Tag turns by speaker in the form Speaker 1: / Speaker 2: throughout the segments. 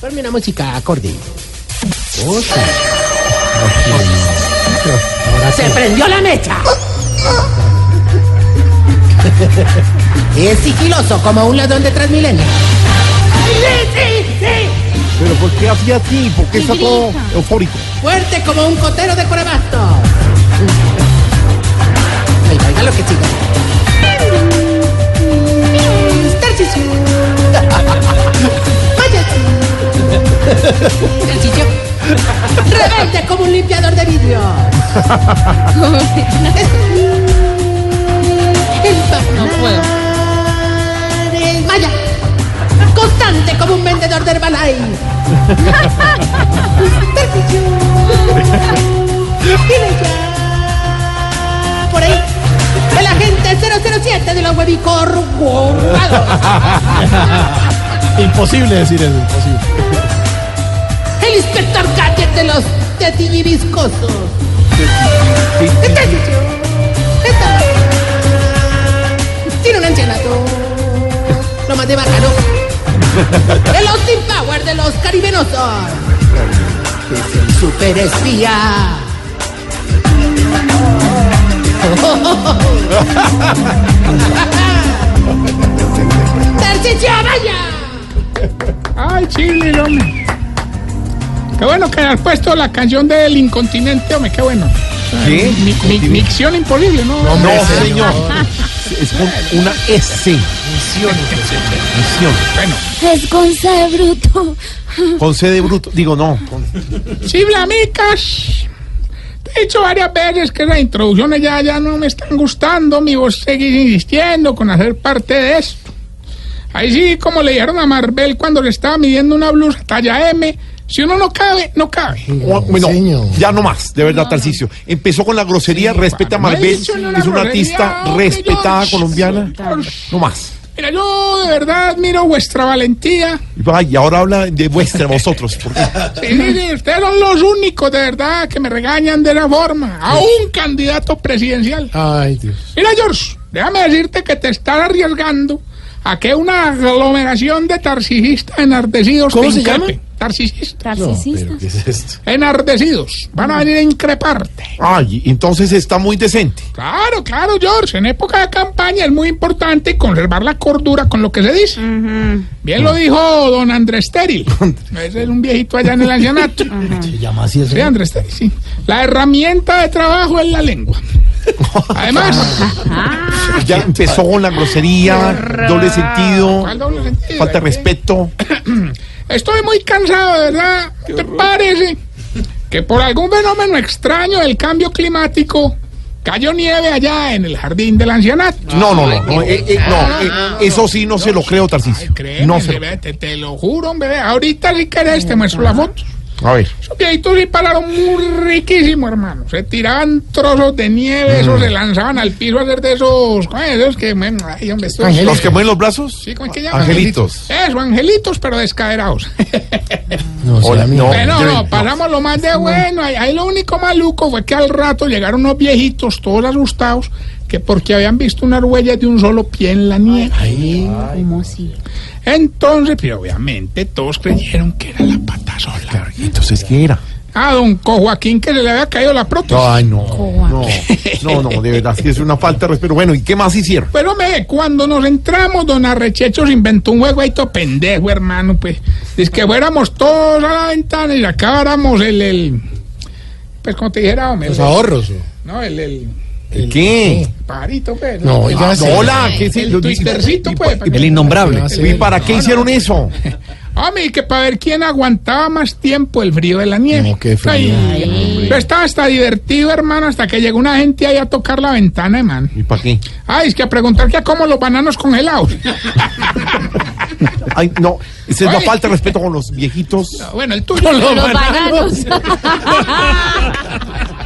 Speaker 1: Ponme una música acorde. Otra.
Speaker 2: Ahora
Speaker 1: ¡Se
Speaker 2: sí.
Speaker 1: prendió la mecha! es sigiloso como un ladrón de Transmilenio.
Speaker 3: Pero ¿por qué hacía así? ¿Por qué
Speaker 4: Y
Speaker 3: está todo
Speaker 4: grita.
Speaker 3: eufórico?
Speaker 1: Fuerte como un cotero de Corabasto. Ay, oiga lo que sigue. Tarcisio. Vaya. Tarcisio. Rebelde como un limpiador de vidrio. El
Speaker 4: No puedo.
Speaker 1: Mares Maya. Constante como un vendedor de Herbalife. Dile ya. Por ahí. El agente 007 de los huevicor.
Speaker 3: Imposible decir eso, imposible.
Speaker 1: El inspector Gadget de los tetillibiscosos. Tiene un ancianato. Lo más de bacano. El Austin Power de los caribenosos. Es el super espía. ¡Tarcicio Amaya!
Speaker 5: Ay, Chile, hombre. Qué bueno que has puesto la canción del incontinente, hombre, qué bueno.
Speaker 3: ¿Qué?
Speaker 5: Mi, mi- micción imposible, ¿no?
Speaker 3: No, señor. Es con una S. Misión. Misión.
Speaker 5: Bueno.
Speaker 4: Es Gonza de Bruto.
Speaker 3: Con C de bruto. Digo, no. con-
Speaker 5: Sí, Blamicas. Te he dicho varias veces que las introducciones ya, ya no me están gustando, mi vos seguís insistiendo con hacer parte de esto. Ahí sí, como le dijeron a Marvel cuando le estaba midiendo una blusa talla M, si uno no cabe, no cabe.
Speaker 3: Bueno, ya no más, de verdad, Tarcicio. Empezó con la grosería, respeta a
Speaker 5: bueno,
Speaker 3: Marvel,
Speaker 5: eso no es una
Speaker 3: es una
Speaker 5: grosería,
Speaker 3: artista
Speaker 5: hombre,
Speaker 3: respetada
Speaker 5: yo-
Speaker 3: colombiana. No más.
Speaker 5: Mira, yo de verdad admiro vuestra valentía.
Speaker 3: Y va, Y ahora habla de vuestra, vosotros. ¿por qué?
Speaker 5: Sí, sí, sí, ustedes son los únicos de verdad que me regañan de esa forma. A un candidato presidencial.
Speaker 2: Ay, Dios.
Speaker 5: Mira, George, déjame decirte que te estás arriesgando a que una aglomeración de tarcisistas enardecidos
Speaker 2: ¿Cómo
Speaker 5: te
Speaker 2: se
Speaker 5: increpe.
Speaker 2: llama?
Speaker 5: Tarcisistas.
Speaker 2: Pero, ¿qué es esto?
Speaker 5: Enardecidos. Van a venir a increparte.
Speaker 3: Ay, entonces está muy decente.
Speaker 5: Claro, claro, George. En época de campaña es muy importante conservar la cordura con lo que se dice. Bien lo dijo don Andrés Teril. Ese es un viejito allá en el ancianato.
Speaker 2: Se llama así eso.
Speaker 5: Sí, Andrés Terry, sí. La herramienta de trabajo es la lengua. Además,
Speaker 3: Ya empezó con la grosería, doble sentido,
Speaker 5: ¿cuál doble sentido?
Speaker 3: falta de respeto.
Speaker 5: Estoy muy cansado, de ¿verdad? ¿Te parece que por algún fenómeno extraño del cambio climático cayó nieve allá en el jardín del ancianato?
Speaker 3: No, no, no, no, eh, eh, no, eh, eso sí no se lo creo, Tarcicio.
Speaker 5: Créeme,
Speaker 3: No se lo
Speaker 5: bebé, te, te lo juro, bebé. Ahorita si querés te muestro la foto.
Speaker 3: A ver.
Speaker 5: Esos viejitos sí pararon muy riquísimo, hermano. Se tiraban trozos de nieve,
Speaker 3: Mm.
Speaker 5: esos se lanzaban al piso a hacer de esos... ay, esos que... men, Ay, hombre, estos-
Speaker 3: ¿Los que mueven los brazos?
Speaker 5: Sí, ¿cómo es que llaman?
Speaker 3: Angelitos.
Speaker 5: Eso, angelitos, pero descaderados.
Speaker 2: No,
Speaker 3: Hola,
Speaker 2: será mío.
Speaker 3: no.
Speaker 5: Pero
Speaker 3: Oh, yo-
Speaker 5: no, pasamos lo más de bueno. Ahí, ahí lo único maluco fue que al rato llegaron unos viejitos, todos asustados, que porque habían visto unas huellas de un solo pie en la nieve.
Speaker 4: ¿Cómo así?
Speaker 5: Entonces, pero obviamente todos creyeron que era la pata sola.
Speaker 3: Entonces, ¿qué era?
Speaker 5: Ah, don Co Joaquín que se le había caído la prótesis.
Speaker 3: Ay, no. No, no, no, de verdad, sí es una falta de respeto. Bueno, ¿y qué más hicieron?
Speaker 5: Pero me, cuando nos entramos, don Arrechecho se inventó un juego ahí todo pendejo, hermano, pues. Es que fuéramos todos a la ventana y acabáramos el, el pues como te dijera, hombre,
Speaker 2: Los
Speaker 5: el-
Speaker 2: ahorros. o-
Speaker 5: no, el, el
Speaker 3: ¿Qué?
Speaker 5: parito, pues.
Speaker 2: No,
Speaker 5: el,
Speaker 2: ya
Speaker 3: Ah,
Speaker 2: sé.
Speaker 3: no, hola, ¿qué es
Speaker 5: el Twittercito, pues. para que-
Speaker 2: innombrable.
Speaker 3: ¿Y para qué hicieron eso?
Speaker 5: Hombre, y que para ver quién aguantaba más tiempo el frío de la nieve.
Speaker 2: No, qué frío.
Speaker 5: Ay, yo estaba hasta divertido, hermano, hasta que llegó una gente ahí a tocar la ventana, hermano.
Speaker 3: ¿Y para qué?
Speaker 5: Ay, es que a preguntar que a cómo los bananos congelados.
Speaker 3: Ay, no, esa es la
Speaker 5: Ay.
Speaker 3: falta de respeto con los viejitos.
Speaker 5: Bueno, el tuyo.
Speaker 4: Los bananos.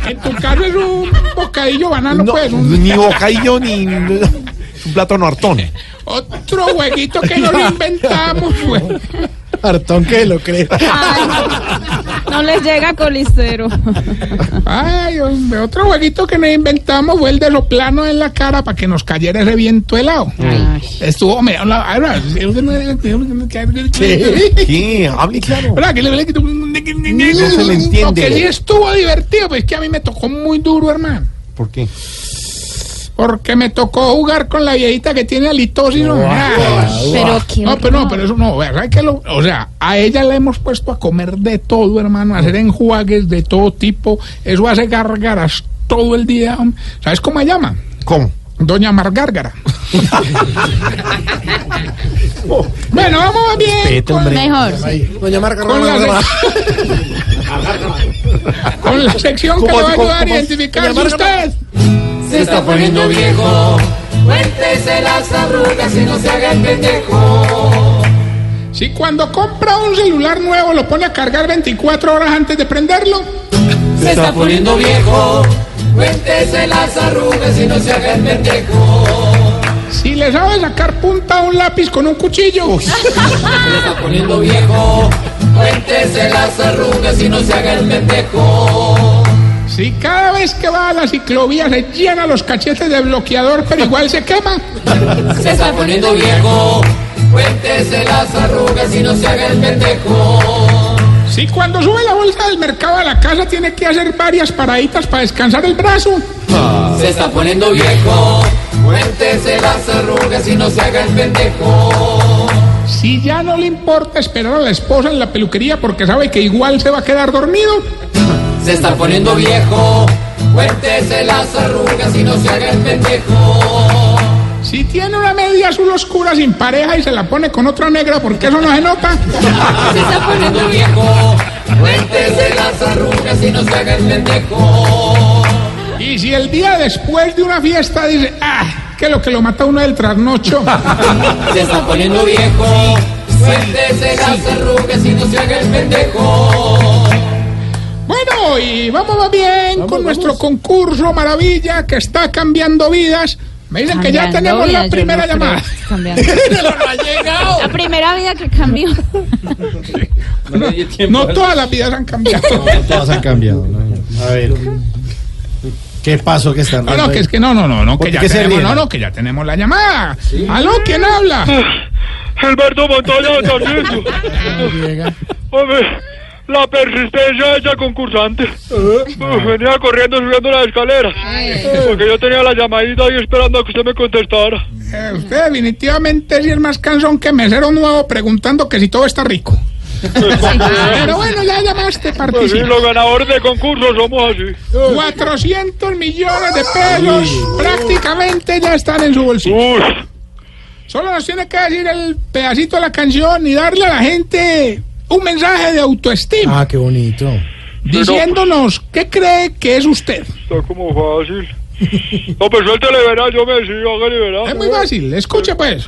Speaker 5: En tu caso es un bocadillo banano,
Speaker 3: No,
Speaker 5: pues. un-
Speaker 3: ni bocadillo ni un plátano hartón.
Speaker 5: Otro jueguito que nos inventamos, güey.
Speaker 2: Hartón que lo cree.
Speaker 4: Ay, no. no les llega colistero.
Speaker 5: Ay, hombre, otro jueguito que nos inventamos fue el de los planos en la cara para que nos cayera ese viento helado. Estuvo medio la- ay, no, es- es-
Speaker 3: ¿Qué? Hable claro.
Speaker 5: Hola, que le- le-
Speaker 3: No se le entiende.
Speaker 5: Lo que sí estuvo divertido, pues es que a mí me tocó muy duro, hermano.
Speaker 3: ¿Por qué?
Speaker 5: Porque me tocó jugar con la viejita que tiene halitosis. No, Ah,
Speaker 4: Pero qué
Speaker 5: no, pero no,
Speaker 4: horror.
Speaker 5: pero eso no. vea, ¿sabe qué lo- o sea, a ella le hemos puesto a comer de todo, hermano, a hacer enjuagues de todo tipo. Eso hace gárgaras todo el día. hombre. ¿Sabes cómo se llama?
Speaker 3: ¿Cómo?
Speaker 5: Doña Margárgara. bueno, vamos bien.
Speaker 2: Este
Speaker 3: Vete, hombre.
Speaker 4: Mejor.
Speaker 2: Doña Marca
Speaker 5: Con la, sec- con la sección que le va a ayudar a identificar usted.
Speaker 1: Se está poniendo viejo. Cuéntese las arrugas y no se haga el pendejo.
Speaker 5: Si cuando compra un celular nuevo lo pone a cargar 24 horas antes de prenderlo.
Speaker 1: Se está poniendo viejo. Cuéntese las arrugas y no se haga el pendejo.
Speaker 5: Si le sabe sacar punta a un lápiz con un cuchillo.
Speaker 1: Se está poniendo viejo. Cuéntese las arrugas y no se haga el pendejo.
Speaker 5: Si cada vez que va a la ciclovía se llena los cachetes de bloqueador pero igual se quema.
Speaker 1: Se está poniendo viejo. Cuéntese las arrugas y no se haga el pendejo.
Speaker 5: Si cuando sube la bolsa del mercado a la casa tiene que hacer varias paraditas para descansar el brazo.
Speaker 1: Se está poniendo viejo. Cuéntese las arrugas y no se haga el pendejo.
Speaker 5: Si ya no le importa esperar a la esposa en la peluquería porque sabe que igual se va a quedar dormido.
Speaker 1: Se está poniendo viejo. Cuéntese las arrugas y no se haga el pendejo.
Speaker 5: Si tiene una media azul oscura sin pareja y se la pone con otra negra porque eso no se nota.
Speaker 1: Se está poniendo viejo. Cuéntese las arrugas y no se haga el pendejo.
Speaker 5: Y si el día después de una fiesta dice, ah, que lo que lo mata uno es el trasnocho.
Speaker 1: Se está poniendo viejo. Cuéntese las arrugas y no se haga el pendejo.
Speaker 5: Bueno, y vamos más bien con nuestro concurso maravilla que está cambiando vidas. Me dicen que ya
Speaker 4: Cambiando
Speaker 5: tenemos
Speaker 4: vida,
Speaker 5: la
Speaker 4: yo
Speaker 5: primera
Speaker 4: no creo.
Speaker 5: llamada.
Speaker 4: Cambiando. La primera vida que cambió.
Speaker 5: No todas las vidas han cambiado.
Speaker 2: Todas han cambiado. ¿no? A ver. Ah, ¿Qué pasó que están
Speaker 5: No, no,
Speaker 2: dando
Speaker 5: que
Speaker 2: ahí?
Speaker 5: es que no, no, no, no,
Speaker 2: ¿Por
Speaker 5: que ya
Speaker 2: qué se
Speaker 5: tenemos,
Speaker 2: ríen?
Speaker 5: no, no, que ya tenemos la llamada. ¿Aló? ¿Quién habla?
Speaker 6: Gilberto Montoya de Tarcisio. Hombre, la persistencia de esa concursante. Uf, Venía corriendo subiendo las escaleras. Porque yo tenía la llamadita ahí esperando a que usted me contestara.
Speaker 5: Eh, usted definitivamente sí es más cansón que mesero nuevo preguntando que si todo está rico. Pero bueno, ya llamaste,
Speaker 6: Pues sí,
Speaker 5: participa.
Speaker 6: los ganadores de concursos somos así.
Speaker 5: 400 millones de pesos prácticamente ya están en su bolsillo.
Speaker 6: Uf,
Speaker 5: Solo nos tiene que decir el pedacito de la canción y darle a la gente un mensaje de autoestima
Speaker 2: Ah, qué bonito.
Speaker 5: diciéndonos qué cree que es usted.
Speaker 6: está como fácil. No, pues suéltele, verá, yo me decido, hágale, verá.
Speaker 5: Es muy fácil, escuche pues.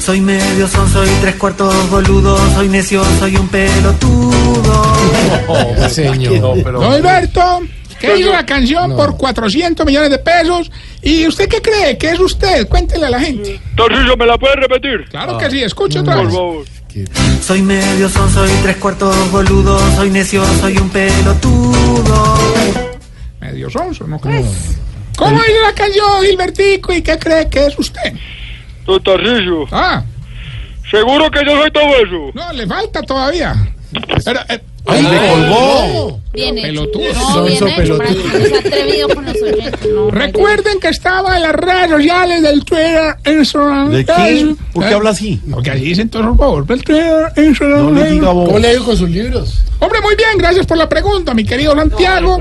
Speaker 7: Soy medio son, soy tres cuartos boludo, soy necio, soy un pelotudo.
Speaker 2: Oh, señor.
Speaker 5: Don Alberto, ¿qué hizo la canción por 400 millones de pesos? ¿Y usted qué cree que es usted? Cuéntele a la gente.
Speaker 6: Tarcisio, ¿me la puede repetir?
Speaker 5: Claro que sí, escuche otra
Speaker 6: Por
Speaker 5: vez.
Speaker 6: favor.
Speaker 7: Soy medio son, soy tres cuartos boludo, soy necio, soy un pelotudo.
Speaker 5: Medio sonso, ¿no crees? ¿Cómo hizo la canción, Gilbertico? ¿Y qué cree que es usted?
Speaker 6: Don Tarcisio,
Speaker 5: Ah.
Speaker 6: seguro que yo soy todo eso.
Speaker 5: No, le falta todavía. Pero, eh,
Speaker 3: Ahí le colgó.
Speaker 4: Bien hecho.
Speaker 5: Pelotudo.
Speaker 4: No, bien
Speaker 2: Sonso
Speaker 4: hecho. Frank,
Speaker 2: pelotudo.
Speaker 4: eres atrevido con los oyentes. No,
Speaker 5: recuerden que estaba en las redes sociales del Twitter, Instagram.
Speaker 3: ¿De qué?
Speaker 5: Facebook. ¿eh?
Speaker 3: ¿Por qué habla así?
Speaker 5: Porque así dicen todos los bobos. El Twitter, Instagram.
Speaker 3: No le diga
Speaker 5: Facebook.
Speaker 3: vos.
Speaker 2: ¿Cómo le digo con sus libros?
Speaker 5: Hombre, muy bien, gracias por la pregunta, mi querido Santiago.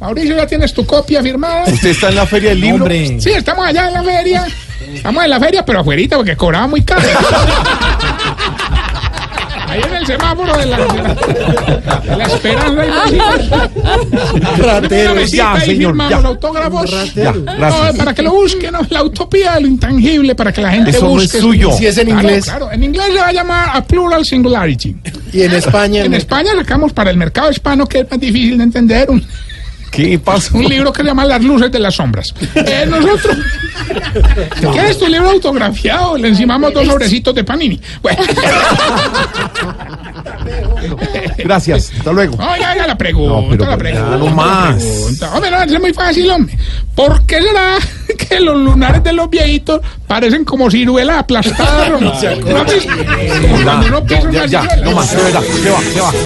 Speaker 5: Mauricio, ya tienes tu copia firmada.
Speaker 3: Usted está en la feria del libro.
Speaker 2: Hombre.
Speaker 5: Sí, estamos allá en la feria. Estamos en la feria, pero afuerita, porque cobraba muy caro. Ahí en el semáforo de la, de la, de la esperanza y Bolívar.
Speaker 3: Ratero, ya, señor.
Speaker 5: firmamos
Speaker 3: Ya,
Speaker 5: autógrafos.
Speaker 3: ya,
Speaker 5: No,
Speaker 3: gracias.
Speaker 5: para que lo busquen, ¿no? la utopía de lo intangible, para que la gente
Speaker 3: Eso no es
Speaker 5: busque.
Speaker 3: suyo.
Speaker 2: Si es en
Speaker 5: Claro,
Speaker 2: inglés
Speaker 5: claro. En inglés se va a llamar a plural singularity.
Speaker 2: y en España.
Speaker 5: En
Speaker 2: ¿no?
Speaker 5: España sacamos para el mercado hispano, que es más difícil de entender, un,
Speaker 3: ¿Qué pasó?
Speaker 5: un libro que se llama Las luces de las sombras. Eh, nosotros, si quieres tu libro autografiado, le encimamos dos sobrecitos de panini. Bueno.
Speaker 3: Gracias. Hasta luego.
Speaker 5: Oiga, oiga, la pregunta,
Speaker 3: No, pero pues
Speaker 5: la
Speaker 3: ya
Speaker 5: pregunta.
Speaker 3: no
Speaker 5: la
Speaker 3: más.
Speaker 5: pregunta. Hombre, no, es muy fácil, hombre. ¿Por qué será que los lunares de los viejitos parecen como ciruela aplastada? hombre? ¿No has visto? Como
Speaker 3: Ya,
Speaker 5: cuando uno pisa
Speaker 3: ya, ya,
Speaker 5: una
Speaker 3: ya.
Speaker 5: ciruela.
Speaker 3: No más, de verdad. Se va, se va.